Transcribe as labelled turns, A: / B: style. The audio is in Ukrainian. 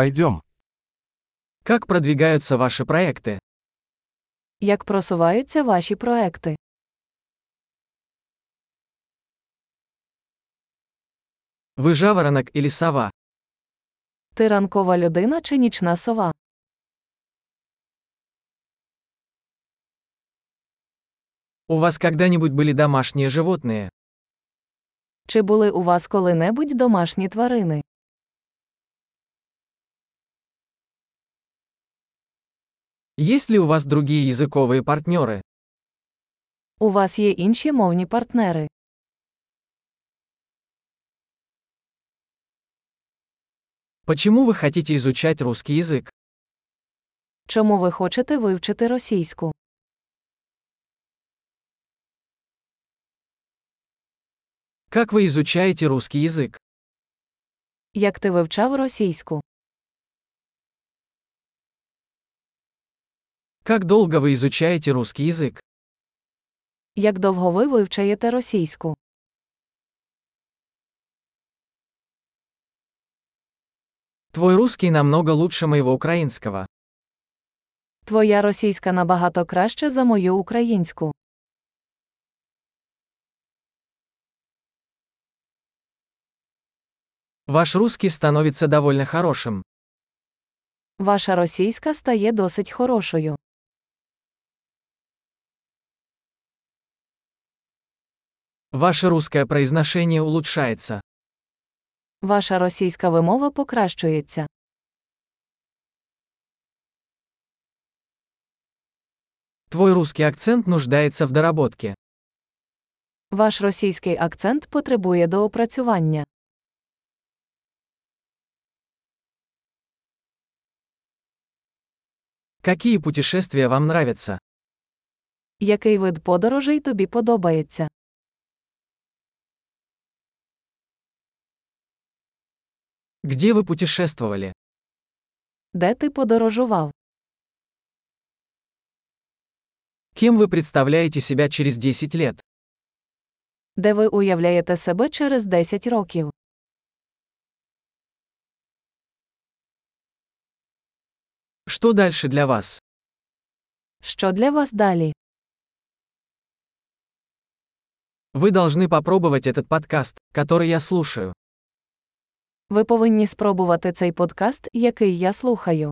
A: Пойдем.
B: Как продвигаются ваши проекты?
C: Як просуваються ваші проекти?
B: Вы жаворонок или сова?
C: Ти ранкова людина чи нічна сова?
B: У вас когда-нибудь были домашние животные?
C: Чи були у вас коли-небудь домашні тварини?
B: Есть ли у вас другие языковые партнеры?
C: У вас є інші мовні партнери.
B: Почему вы хотите изучать русский язык?
C: Чому ви хочете вивчити російську?
B: Как вы изучаете русский язык?
C: Як ти вивчав російську?
B: Как долго вы изучаете русский язык?
C: Як довго ви вивчаєте російську?
B: Твой русский намного лучше моего украинского.
C: Твоя російська набагато краще за мою українську.
B: Ваш русский становится довольно хорошим.
C: Ваша російська стає досить хорошою.
B: Ваше русское произношение улучшается.
C: Ваша російська вимова покращується.
B: Твой русский акцент нуждается в доработке.
C: Ваш російський акцент потребує доопрацювання.
B: Какие путешествия вам нравятся?
C: Який вид подорожей тобі подобається?
B: Где вы путешествовали?
C: Де ти подорожував?
B: Кем вы представляете себя через 10 лет?
C: Де ви уявляєте себе через 10 років?
B: Что дальше для вас?
C: Що для вас далі?
B: Вы должны попробовать этот подкаст, который я слушаю.
C: Ви повинні спробувати цей подкаст, який я слухаю.